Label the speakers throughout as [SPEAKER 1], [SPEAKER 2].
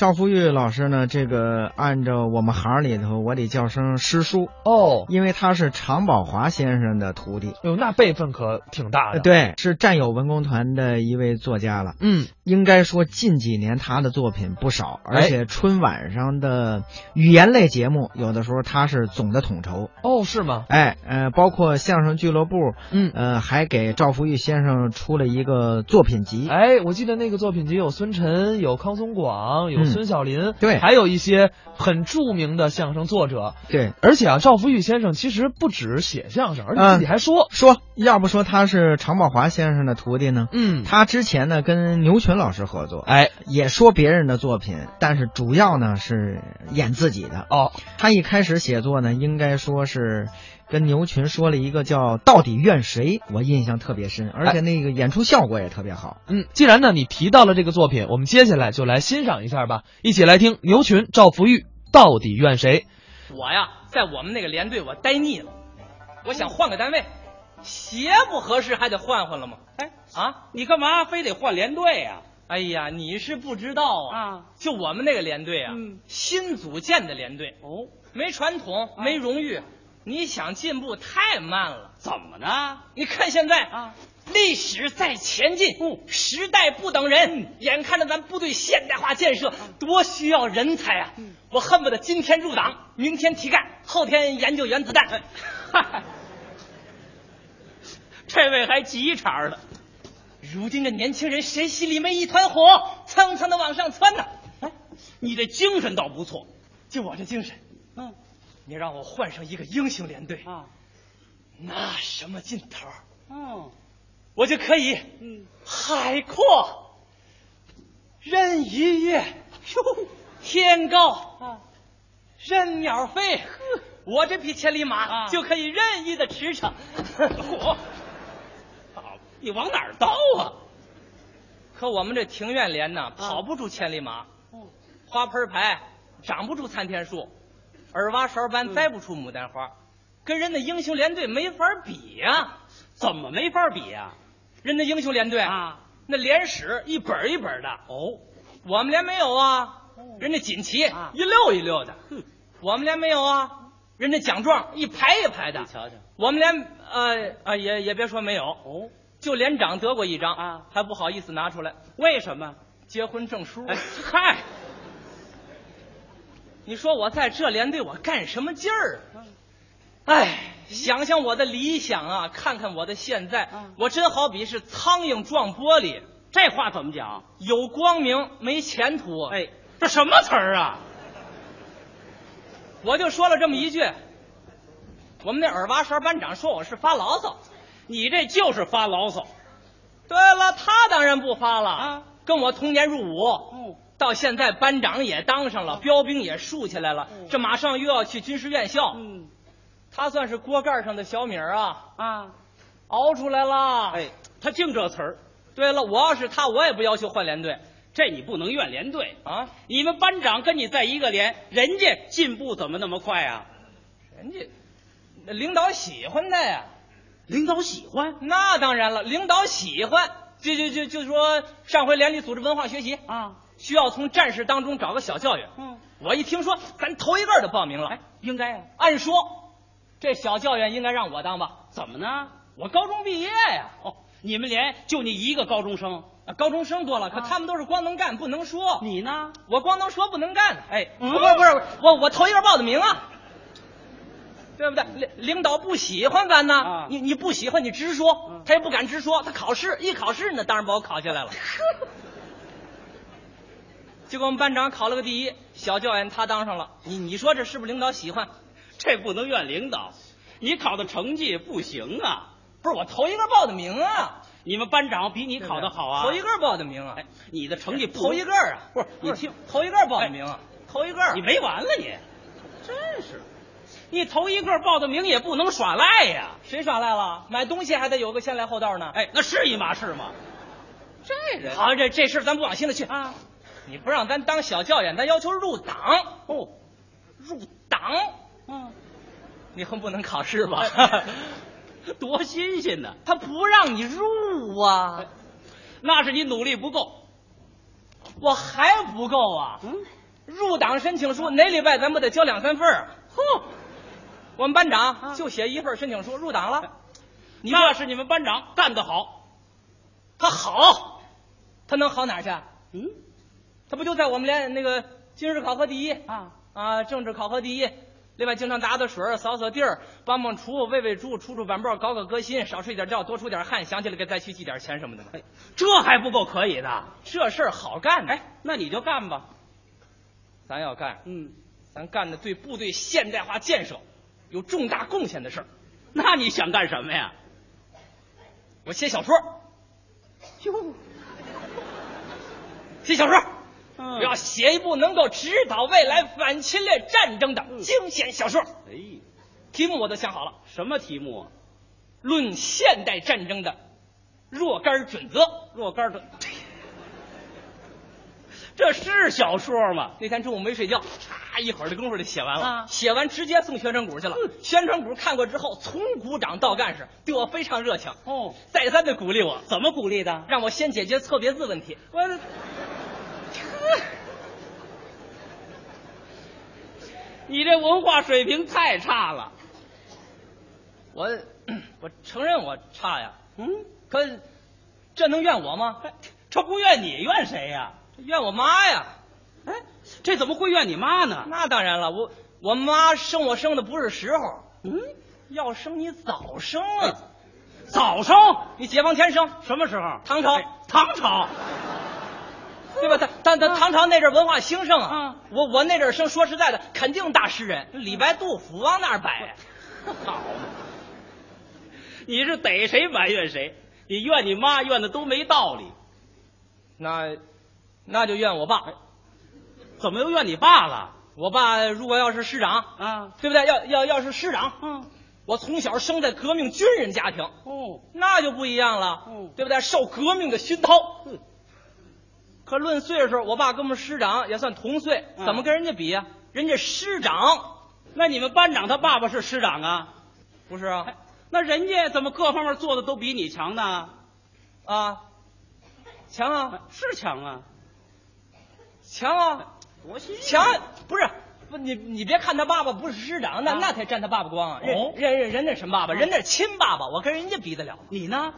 [SPEAKER 1] 赵福玉老师呢，这个按照我们行里头，我得叫声师叔，
[SPEAKER 2] 哦，
[SPEAKER 1] 因为他是常宝华先生的徒弟，
[SPEAKER 2] 哟，那辈分可挺大的。，
[SPEAKER 1] 对，是战友文工团的一位作家了。
[SPEAKER 2] 嗯，
[SPEAKER 1] 应该说近几年他的作品不少，而
[SPEAKER 2] 哎
[SPEAKER 1] 且春晚上的语言类节目，有的时候他是总的统筹。
[SPEAKER 2] 哦，是吗？
[SPEAKER 1] 哎，呃，包括相声俱乐部，
[SPEAKER 2] 嗯，
[SPEAKER 1] 呃，还给赵福玉先生出了一个作品集。
[SPEAKER 2] 哎，我记得那个作品集有孙晨，有康松广，有
[SPEAKER 1] 嗯
[SPEAKER 2] 孙晓林，
[SPEAKER 1] 对
[SPEAKER 2] 还有一些很著名的相声作者。
[SPEAKER 1] 对，
[SPEAKER 2] 而且啊，赵福玉先生其实不只写相声，而且
[SPEAKER 1] 嗯
[SPEAKER 2] 自己还说，
[SPEAKER 1] 说要不说他是常宝华先生的徒弟呢？
[SPEAKER 2] 嗯，
[SPEAKER 1] 他之前呢跟牛群老师合作，
[SPEAKER 2] 哎，
[SPEAKER 1] 也说别人的作品，但是主要呢是演自己的。
[SPEAKER 2] 哦，
[SPEAKER 1] 他一开始写作呢，应该说是跟牛群说了一个叫“到底怨谁”，我印象特别深，而且那个演出效果也特别好。
[SPEAKER 2] 嗯，既然呢你提到了这个作品，我们接下来就来欣赏一下吧，一起来听牛群、赵福玉到底怨谁。
[SPEAKER 3] 我呀，在我们那个连队我待腻了，我想换个单位，鞋不合适还得换换了吗？
[SPEAKER 4] 哎
[SPEAKER 3] 啊，
[SPEAKER 4] 你干嘛非得换连队呀、
[SPEAKER 3] 哎呀，你是不知道啊，
[SPEAKER 4] 啊？
[SPEAKER 3] 就我们那个连队啊，
[SPEAKER 4] 嗯
[SPEAKER 3] 新组建的连队，
[SPEAKER 4] 哦，啊
[SPEAKER 3] 没传统，没荣誉，你想进步太慢了。
[SPEAKER 4] 怎么呢？
[SPEAKER 3] 你看现在
[SPEAKER 4] 啊，
[SPEAKER 3] 历史在前进，
[SPEAKER 4] 嗯
[SPEAKER 3] 时代不等人。眼看着咱部队现代化建设多需要人才啊！
[SPEAKER 4] 嗯
[SPEAKER 3] 我恨不得今天入党，明天提干，后天研究原子弹。
[SPEAKER 4] 哎
[SPEAKER 3] 这位还急茬了。如今这年轻人谁心里没一团火，蹭蹭的往上窜呢？哎，你这精神倒不错，就我这精神，
[SPEAKER 4] 嗯
[SPEAKER 3] 你让我换上一个英雄连队，
[SPEAKER 4] 啊，
[SPEAKER 3] 那什么劲头儿？
[SPEAKER 4] 哦，
[SPEAKER 3] 我就可以
[SPEAKER 4] 嗯，
[SPEAKER 3] 海阔，任鱼跃，天高，
[SPEAKER 4] 啊，
[SPEAKER 3] 任鸟飞。我这匹千里马、
[SPEAKER 4] 啊
[SPEAKER 3] 就可以任意的驰骋。嚯， 你往哪儿倒啊？可我们这庭院连呢，跑不住千里马，
[SPEAKER 4] 哦，
[SPEAKER 3] 花盆牌长不出参天树，耳挖勺
[SPEAKER 4] 嗯
[SPEAKER 3] 般栽不出牡丹花，跟人的英雄连队没法比呀、
[SPEAKER 4] 怎么没法比呀、
[SPEAKER 3] 人家英雄连队
[SPEAKER 4] 啊，
[SPEAKER 3] 那连史一本一本的哦，我们连没有啊，人家锦旗
[SPEAKER 4] 哦啊
[SPEAKER 3] 一溜一溜的，我们连没有啊，人家奖状一排一排的
[SPEAKER 4] 你，瞧瞧，
[SPEAKER 3] 我们连呃啊也也别说没有哦，就连长得过一张
[SPEAKER 4] 啊
[SPEAKER 3] 还不好意思拿出来，
[SPEAKER 4] 为什么？
[SPEAKER 3] 结婚证书啊
[SPEAKER 4] 哎。
[SPEAKER 3] 嗨，你说我在这连队我干什么劲儿啊？哎，想想我的理想啊，看看我的现在
[SPEAKER 4] 嗯，
[SPEAKER 3] 我真好比是苍蝇撞玻璃，
[SPEAKER 4] 这话怎么讲？
[SPEAKER 3] 有光明没前途。，
[SPEAKER 4] 哎，这什么词儿啊？
[SPEAKER 3] 我就说了这么一句。我们那耳挖勺班长说我是发牢骚。
[SPEAKER 4] 你这就是发牢骚。
[SPEAKER 3] 对了，他当然不发了
[SPEAKER 4] 啊，
[SPEAKER 3] 跟我同年入伍。
[SPEAKER 4] 哦，
[SPEAKER 3] 到现在班长也当上了，标兵也竖起来了，
[SPEAKER 4] 嗯
[SPEAKER 3] 这马上又要去军事院校。
[SPEAKER 4] 嗯
[SPEAKER 3] 他算是锅盖上的小米儿啊，
[SPEAKER 4] 啊，
[SPEAKER 3] 熬出来了。，，
[SPEAKER 4] 他净这词儿，
[SPEAKER 3] 对了，我要是他，我也不要求换连队
[SPEAKER 4] 这你不能怨连队。
[SPEAKER 3] 啊。
[SPEAKER 4] 你们班长跟你在一个连，人家进步怎么那么快啊？
[SPEAKER 3] 人家那领导喜欢他呀，
[SPEAKER 4] 领导喜欢
[SPEAKER 3] 那当然了，领导喜欢。就就就就说上回连里组织文化学习，
[SPEAKER 4] 啊，
[SPEAKER 3] 需要从战士当中找个小教员。
[SPEAKER 4] 嗯，
[SPEAKER 3] 我一听说咱头一个儿的报名了，哎
[SPEAKER 4] 应该啊。
[SPEAKER 3] 按说这小教员应该让我当吧？
[SPEAKER 4] 怎么呢？
[SPEAKER 3] 我高中毕业呀、
[SPEAKER 4] 哦，你们连就你一个高中生，
[SPEAKER 3] 啊，高中生多了，可
[SPEAKER 4] 啊
[SPEAKER 3] 他们都是光能干不能说，
[SPEAKER 4] 你呢？
[SPEAKER 3] 我光能说不能干。哎，
[SPEAKER 4] 嗯
[SPEAKER 3] 不是不是，我我头一个报的名啊，对不对？领领导不喜欢咱呢，
[SPEAKER 4] 啊
[SPEAKER 3] 你你不喜欢你直说，
[SPEAKER 4] 嗯
[SPEAKER 3] 他也不敢直说，他考试一考试呢，当然把我考下来了。结果我们班长考了个第一，小教员他当上了。你你说这是不是领导喜欢？
[SPEAKER 4] 这不能怨领导，你考的成绩不行啊！
[SPEAKER 3] 不是我头一个报的名啊，
[SPEAKER 4] 你们班长比你
[SPEAKER 3] 对不对
[SPEAKER 4] 考的好啊！
[SPEAKER 3] 头一个报的名啊，
[SPEAKER 4] 哎，你的成绩不
[SPEAKER 3] 头一个啊，
[SPEAKER 4] 不是你
[SPEAKER 3] 不是
[SPEAKER 4] 听，
[SPEAKER 3] 头一个报的名啊，头一个
[SPEAKER 4] 你没完了你！
[SPEAKER 3] 真是。
[SPEAKER 4] 你头一个报的名也不能耍赖呀！
[SPEAKER 3] 谁耍赖了？买东西还得有个先来后到呢。，
[SPEAKER 4] 哎，那是一码事吗？
[SPEAKER 3] 这人好，这这事儿咱不往心里去啊。你不让咱当小教员，咱要求入党哦，入党，
[SPEAKER 4] 嗯，
[SPEAKER 3] 你恨不能考试吧？
[SPEAKER 4] 哎 多新鲜呢！哎
[SPEAKER 3] 他不让你入啊，
[SPEAKER 4] 那是你努力不够。
[SPEAKER 3] 我还不够啊！
[SPEAKER 4] 嗯，
[SPEAKER 3] 入党申请书哪礼拜咱们得交两三份儿啊？哼，啊我们班长就写一份申请书入党了。你
[SPEAKER 4] 那
[SPEAKER 3] 说
[SPEAKER 4] 是你们班长干得好。
[SPEAKER 3] 他好，他能好哪儿去？啊
[SPEAKER 4] 嗯
[SPEAKER 3] 他不就在我们连那个今日考核第一
[SPEAKER 4] 啊，
[SPEAKER 3] 啊，政治考核第一。另外，经常打打水儿、扫扫地儿、帮帮厨、喂喂猪、出出板报、搞搞革新，少睡点觉，多出点汗，想起来给灾区寄点钱什么的嘛。
[SPEAKER 4] 这还不够可以的。
[SPEAKER 3] 哎这事儿好干呢，
[SPEAKER 4] 哎，那你就干吧。
[SPEAKER 3] 咱要干，
[SPEAKER 4] 嗯，
[SPEAKER 3] 咱干的对部队现代化建设有重大贡献的事儿。
[SPEAKER 4] 那你想干什么呀？
[SPEAKER 3] 我写小说，
[SPEAKER 4] 哟，
[SPEAKER 3] 写小说，
[SPEAKER 4] 不
[SPEAKER 3] 我要写一部能够指导未来反侵略战争的惊险小说。
[SPEAKER 4] 哎，
[SPEAKER 3] 题目我都想好了，
[SPEAKER 4] 什么题目啊？
[SPEAKER 3] 论现代战争的若干准则。
[SPEAKER 4] 若干的，这是小说吗？
[SPEAKER 3] 那天中午没睡觉，嚓一会儿的功夫就写完了。
[SPEAKER 4] 啊嗯
[SPEAKER 3] 写完直接送宣传股去了。宣传股看过之后，从股长到干事对我非常热情，
[SPEAKER 4] 哦，
[SPEAKER 3] 再三的鼓励我，
[SPEAKER 4] 怎么鼓励的？
[SPEAKER 3] 让我先解决错别字问题。
[SPEAKER 4] 我， 你这文化水平太差了。
[SPEAKER 3] 我我承认我差呀，
[SPEAKER 4] 嗯，
[SPEAKER 3] 可这能怨我吗？哎
[SPEAKER 4] 这不怨你，怨谁呀、
[SPEAKER 3] 怨我妈呀！
[SPEAKER 4] 哎，这怎么会怨你妈呢？
[SPEAKER 3] 那当然了，我我妈生我生的不是时候，
[SPEAKER 4] 嗯，
[SPEAKER 3] 要生你早生啊！
[SPEAKER 4] 早生
[SPEAKER 3] 你解放前生，
[SPEAKER 4] 什么时候？
[SPEAKER 3] 唐朝
[SPEAKER 4] 哎唐朝。
[SPEAKER 3] 对吧？他但
[SPEAKER 4] 嗯
[SPEAKER 3] 但唐朝那阵儿文化兴盛
[SPEAKER 4] 啊
[SPEAKER 3] 啊，我我那阵儿生，说实在的，肯定大诗人，李白、杜甫往那儿摆。啊
[SPEAKER 4] 好嘛，你是逮谁埋怨谁，你怨你妈怨的都没道理，
[SPEAKER 3] 那那就怨我
[SPEAKER 4] 哎
[SPEAKER 3] 爸，
[SPEAKER 4] 怎么又怨你爸了？
[SPEAKER 3] 我爸如果要是师长，
[SPEAKER 4] 啊，
[SPEAKER 3] 对不对？要要要是师长，
[SPEAKER 4] 嗯，
[SPEAKER 3] 我从小生在革命军人家庭，
[SPEAKER 4] 哦，
[SPEAKER 3] 那就不一样了，
[SPEAKER 4] 嗯
[SPEAKER 3] 对不对？受革命的熏陶。
[SPEAKER 4] 嗯
[SPEAKER 3] 可论岁数，我爸跟我们师长也算同岁，
[SPEAKER 4] 嗯
[SPEAKER 3] 怎么跟人家比呀、人家师长
[SPEAKER 4] 那你们班长他爸爸是师长啊？
[SPEAKER 3] 不是啊
[SPEAKER 4] 哎，那人家怎么各方面做的都比你强呢？
[SPEAKER 3] 啊，强啊
[SPEAKER 4] 是强啊，
[SPEAKER 3] 强啊
[SPEAKER 4] 哎多新
[SPEAKER 3] 强啊，不是不你你别看他爸爸不是师长，那、
[SPEAKER 4] 啊
[SPEAKER 3] 那才占他爸爸光啊。人、
[SPEAKER 4] 哦
[SPEAKER 3] 人人人那什么爸爸？
[SPEAKER 4] 嗯
[SPEAKER 3] 人那亲爸爸，我跟人家比得了吗？
[SPEAKER 4] 你呢？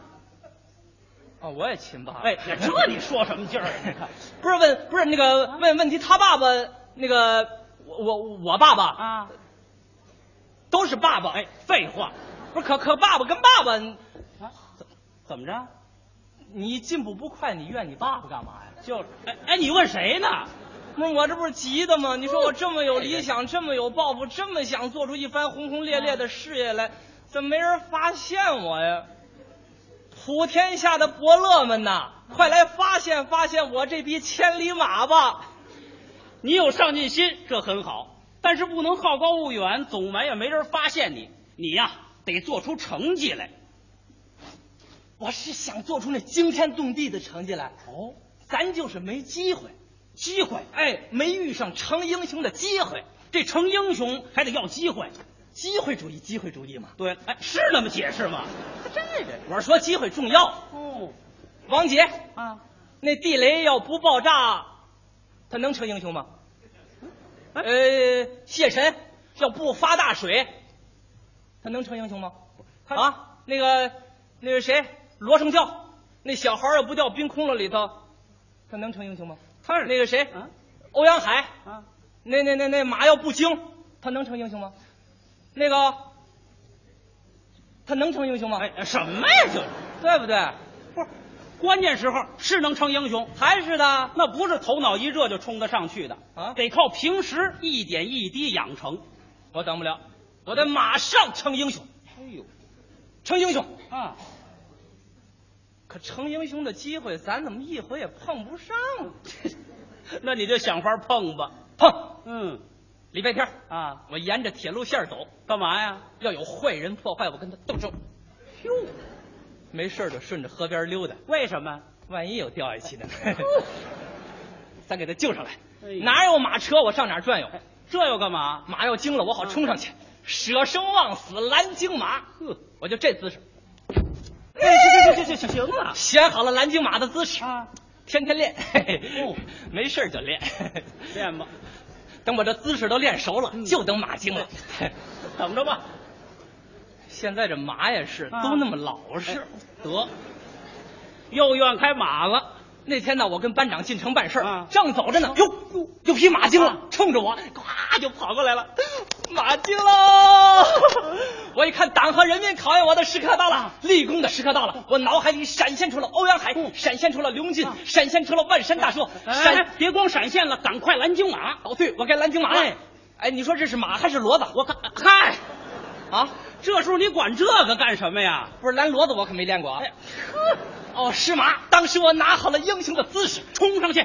[SPEAKER 3] 啊，我也亲爸爸。
[SPEAKER 4] 哎，这你说什么劲儿啊？ 你看，
[SPEAKER 3] 不是问不是那
[SPEAKER 4] 啊
[SPEAKER 3] 个问问题，他爸爸那个我我我爸爸
[SPEAKER 4] 啊，
[SPEAKER 3] 都是爸爸，哎，废话，不是可可爸爸跟爸爸，
[SPEAKER 4] 怎么着？
[SPEAKER 3] 你进步不快，你怨你爸爸干嘛呀？
[SPEAKER 4] 就是，哎哎，你问谁呢？
[SPEAKER 3] 不是我这不是急的吗？你说我这么有理想，这么有抱负，这么想做出一番轰轰烈烈的事业来，怎么没人发现我呀？普天下的伯乐们呐，快来发现发现我这匹千里马吧！
[SPEAKER 4] 你有上进心，这很好，但是不能好高骛远，总埋怨没人发现你。你呀，得做出成绩来。
[SPEAKER 3] 我是想做出那惊天动地的成绩来，
[SPEAKER 4] 哦，
[SPEAKER 3] 咱就是没机会，机会，哎，没遇上成英雄的机会。
[SPEAKER 4] 这成英雄还得要机会。
[SPEAKER 3] 机会主义，机会主义嘛。
[SPEAKER 4] 对，哎，是那么解释吗？
[SPEAKER 3] 这个，我是说机会重要。
[SPEAKER 4] 哦，
[SPEAKER 3] 王杰，
[SPEAKER 4] 啊，
[SPEAKER 3] 那地雷要不爆炸，他能成英雄吗？
[SPEAKER 4] 嗯
[SPEAKER 3] 呃，谢晨要不发大水，他能成英雄吗？
[SPEAKER 4] 他
[SPEAKER 3] 啊，那个那个谁，罗成教，那小孩儿要不掉冰窟窿里头，他能成英雄吗？
[SPEAKER 4] 他是
[SPEAKER 3] 那个谁，
[SPEAKER 4] 啊
[SPEAKER 3] 欧阳海，
[SPEAKER 4] 啊，
[SPEAKER 3] 那那那那马要不精，他能成英雄吗？那个，他能成英雄吗？
[SPEAKER 4] 哎，什么呀？就是，
[SPEAKER 3] 对不对？
[SPEAKER 4] 不是，关键时候是能成英雄，
[SPEAKER 3] 还是的，
[SPEAKER 4] 那不是头脑一热就冲得上去的
[SPEAKER 3] 啊
[SPEAKER 4] 得靠平时一点一滴养成。
[SPEAKER 3] 我等不了，我得马上成英雄，
[SPEAKER 4] 哎呦，
[SPEAKER 3] 成英雄。
[SPEAKER 4] 啊，
[SPEAKER 3] 可成英雄的机会，咱怎么一回也碰不上啊？
[SPEAKER 4] 那你就想法碰吧。
[SPEAKER 3] 碰！
[SPEAKER 4] 嗯，
[SPEAKER 3] 礼拜天儿
[SPEAKER 4] 啊，
[SPEAKER 3] 我沿着铁路线儿走，
[SPEAKER 4] 干嘛呀？
[SPEAKER 3] 要有坏人破坏，我跟他斗争。
[SPEAKER 4] 哟，
[SPEAKER 3] 没事儿就顺着河边溜达，
[SPEAKER 4] 为什么？
[SPEAKER 3] 万一有掉下去的呢， 咱给他救上来。
[SPEAKER 4] 哎呀
[SPEAKER 3] 哪有马车，我上哪儿转悠？
[SPEAKER 4] 哎这又干嘛？
[SPEAKER 3] 马要惊了，我好冲上去，舍生忘死拦惊马。
[SPEAKER 4] 呵，
[SPEAKER 3] 我就这姿势，
[SPEAKER 4] 哎，行行行行行行了
[SPEAKER 3] 选好了拦惊马的姿势，
[SPEAKER 4] 啊！
[SPEAKER 3] 天天练，嘿嘿
[SPEAKER 4] 哦
[SPEAKER 3] 没事儿就练，
[SPEAKER 4] 练吧，
[SPEAKER 3] 等我这姿势都练熟了，
[SPEAKER 4] 嗯
[SPEAKER 3] 就等马经了。
[SPEAKER 4] 等着吧。
[SPEAKER 3] 现在这马也是
[SPEAKER 4] 啊
[SPEAKER 3] 都那么老实。
[SPEAKER 4] 得，又愿开马了。
[SPEAKER 3] 那天呢，我跟班长进城办事儿
[SPEAKER 4] 啊，
[SPEAKER 3] 正走着呢，哟哟，有匹马经了，冲着我，咵就跑过来了，马经喽！ 我一看党和人民考验我的时刻到了，立功的时刻到了，我脑海里闪现出了欧阳海，闪现出了刘进，闪现出了万山大叔，闪
[SPEAKER 4] 啊哎，别光闪现了，赶快拦京马。
[SPEAKER 3] 哦，对，我该蓝鲸马了
[SPEAKER 4] 哎。
[SPEAKER 3] 哎，你说这是马还是骡子？我看
[SPEAKER 4] 嗨，
[SPEAKER 3] 啊，
[SPEAKER 4] 这时候你管这个干什么呀？
[SPEAKER 3] 不是蓝骡子，我可没练过啊。
[SPEAKER 4] 哎
[SPEAKER 3] 哦，是马。当时我拿好了英雄的姿势，
[SPEAKER 4] 冲上去，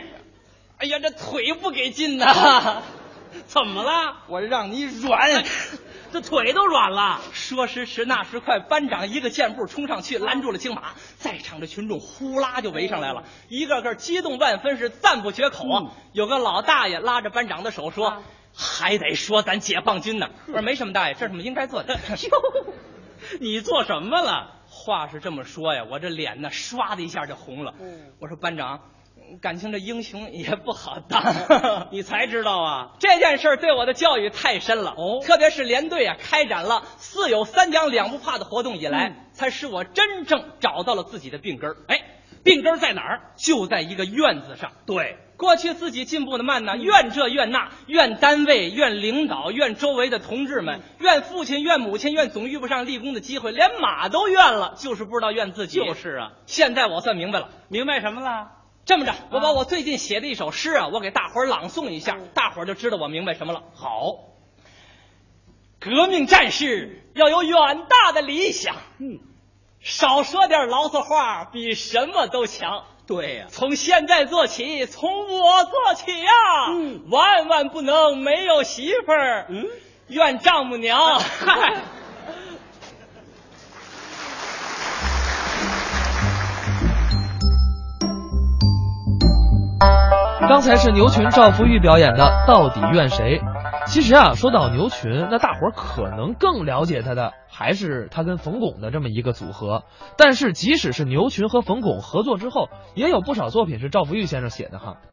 [SPEAKER 3] 哎呀，这腿不给劲 呐，
[SPEAKER 4] 怎么了？哎
[SPEAKER 3] 我让你软。
[SPEAKER 4] 这腿都软了。
[SPEAKER 3] 说时迟，那时快，班长一个箭步冲上去，拦住了青马。在场的群众呼啦就围上来了，一个个激动万分，是赞不绝口啊。
[SPEAKER 4] 嗯
[SPEAKER 3] 有个老大爷拉着班长的手说：“
[SPEAKER 4] 啊
[SPEAKER 3] 还得说咱解放军呢。”我说：“没什么，大爷，这是我们应该做的。
[SPEAKER 4] 哟，你做什么了？
[SPEAKER 3] 话是这么说呀，我这脸呢，唰的一下就红了。
[SPEAKER 4] 嗯
[SPEAKER 3] 我说：“班长，感情这英雄也不好 当。”
[SPEAKER 4] 你才知道啊？
[SPEAKER 3] 这件事儿对我的教育太深了，
[SPEAKER 4] 哦
[SPEAKER 3] 特别是连队啊开展了“四有三讲两不怕”的活动以来，
[SPEAKER 4] 嗯
[SPEAKER 3] 才使我真正找到了自己的病根儿，
[SPEAKER 4] 哎，病根儿在哪儿？
[SPEAKER 3] 就在一个“怨”字上。
[SPEAKER 4] 对，嗯
[SPEAKER 3] 过去自己进步的慢呢，怨这怨那，怨单位，怨领导，怨周围的同志
[SPEAKER 4] 嗯
[SPEAKER 3] 们，怨父亲，怨母亲，怨总遇不上立功的机会，连马都怨了，就是不知道怨自己。
[SPEAKER 4] 就是啊。
[SPEAKER 3] 现在我算明白了。
[SPEAKER 4] 明白什么了？
[SPEAKER 3] 这么着，我
[SPEAKER 4] 啊
[SPEAKER 3] 把我最近写的一首诗啊，我给大伙儿朗诵一
[SPEAKER 4] 嗯
[SPEAKER 3] 下，大伙儿就知道我明白什么了。好，革命战士要有远大的理想，
[SPEAKER 4] 嗯，
[SPEAKER 3] 少说点牢骚话，比什么都强。
[SPEAKER 4] 对呀、
[SPEAKER 3] 从现在做起，从我做起呀、
[SPEAKER 4] 嗯
[SPEAKER 3] 万万不能没有媳妇儿，
[SPEAKER 4] 嗯，
[SPEAKER 3] 怨丈母 娘。嗨，
[SPEAKER 2] 刚才是牛群、赵福玉表演的《到底怨谁》。其实啊，说到牛群，那大伙儿可能更了解他的还是他跟冯巩的这么一个组合。但是即使是牛群和冯巩合作之后，也有不少作品是赵福玉先生写的哈。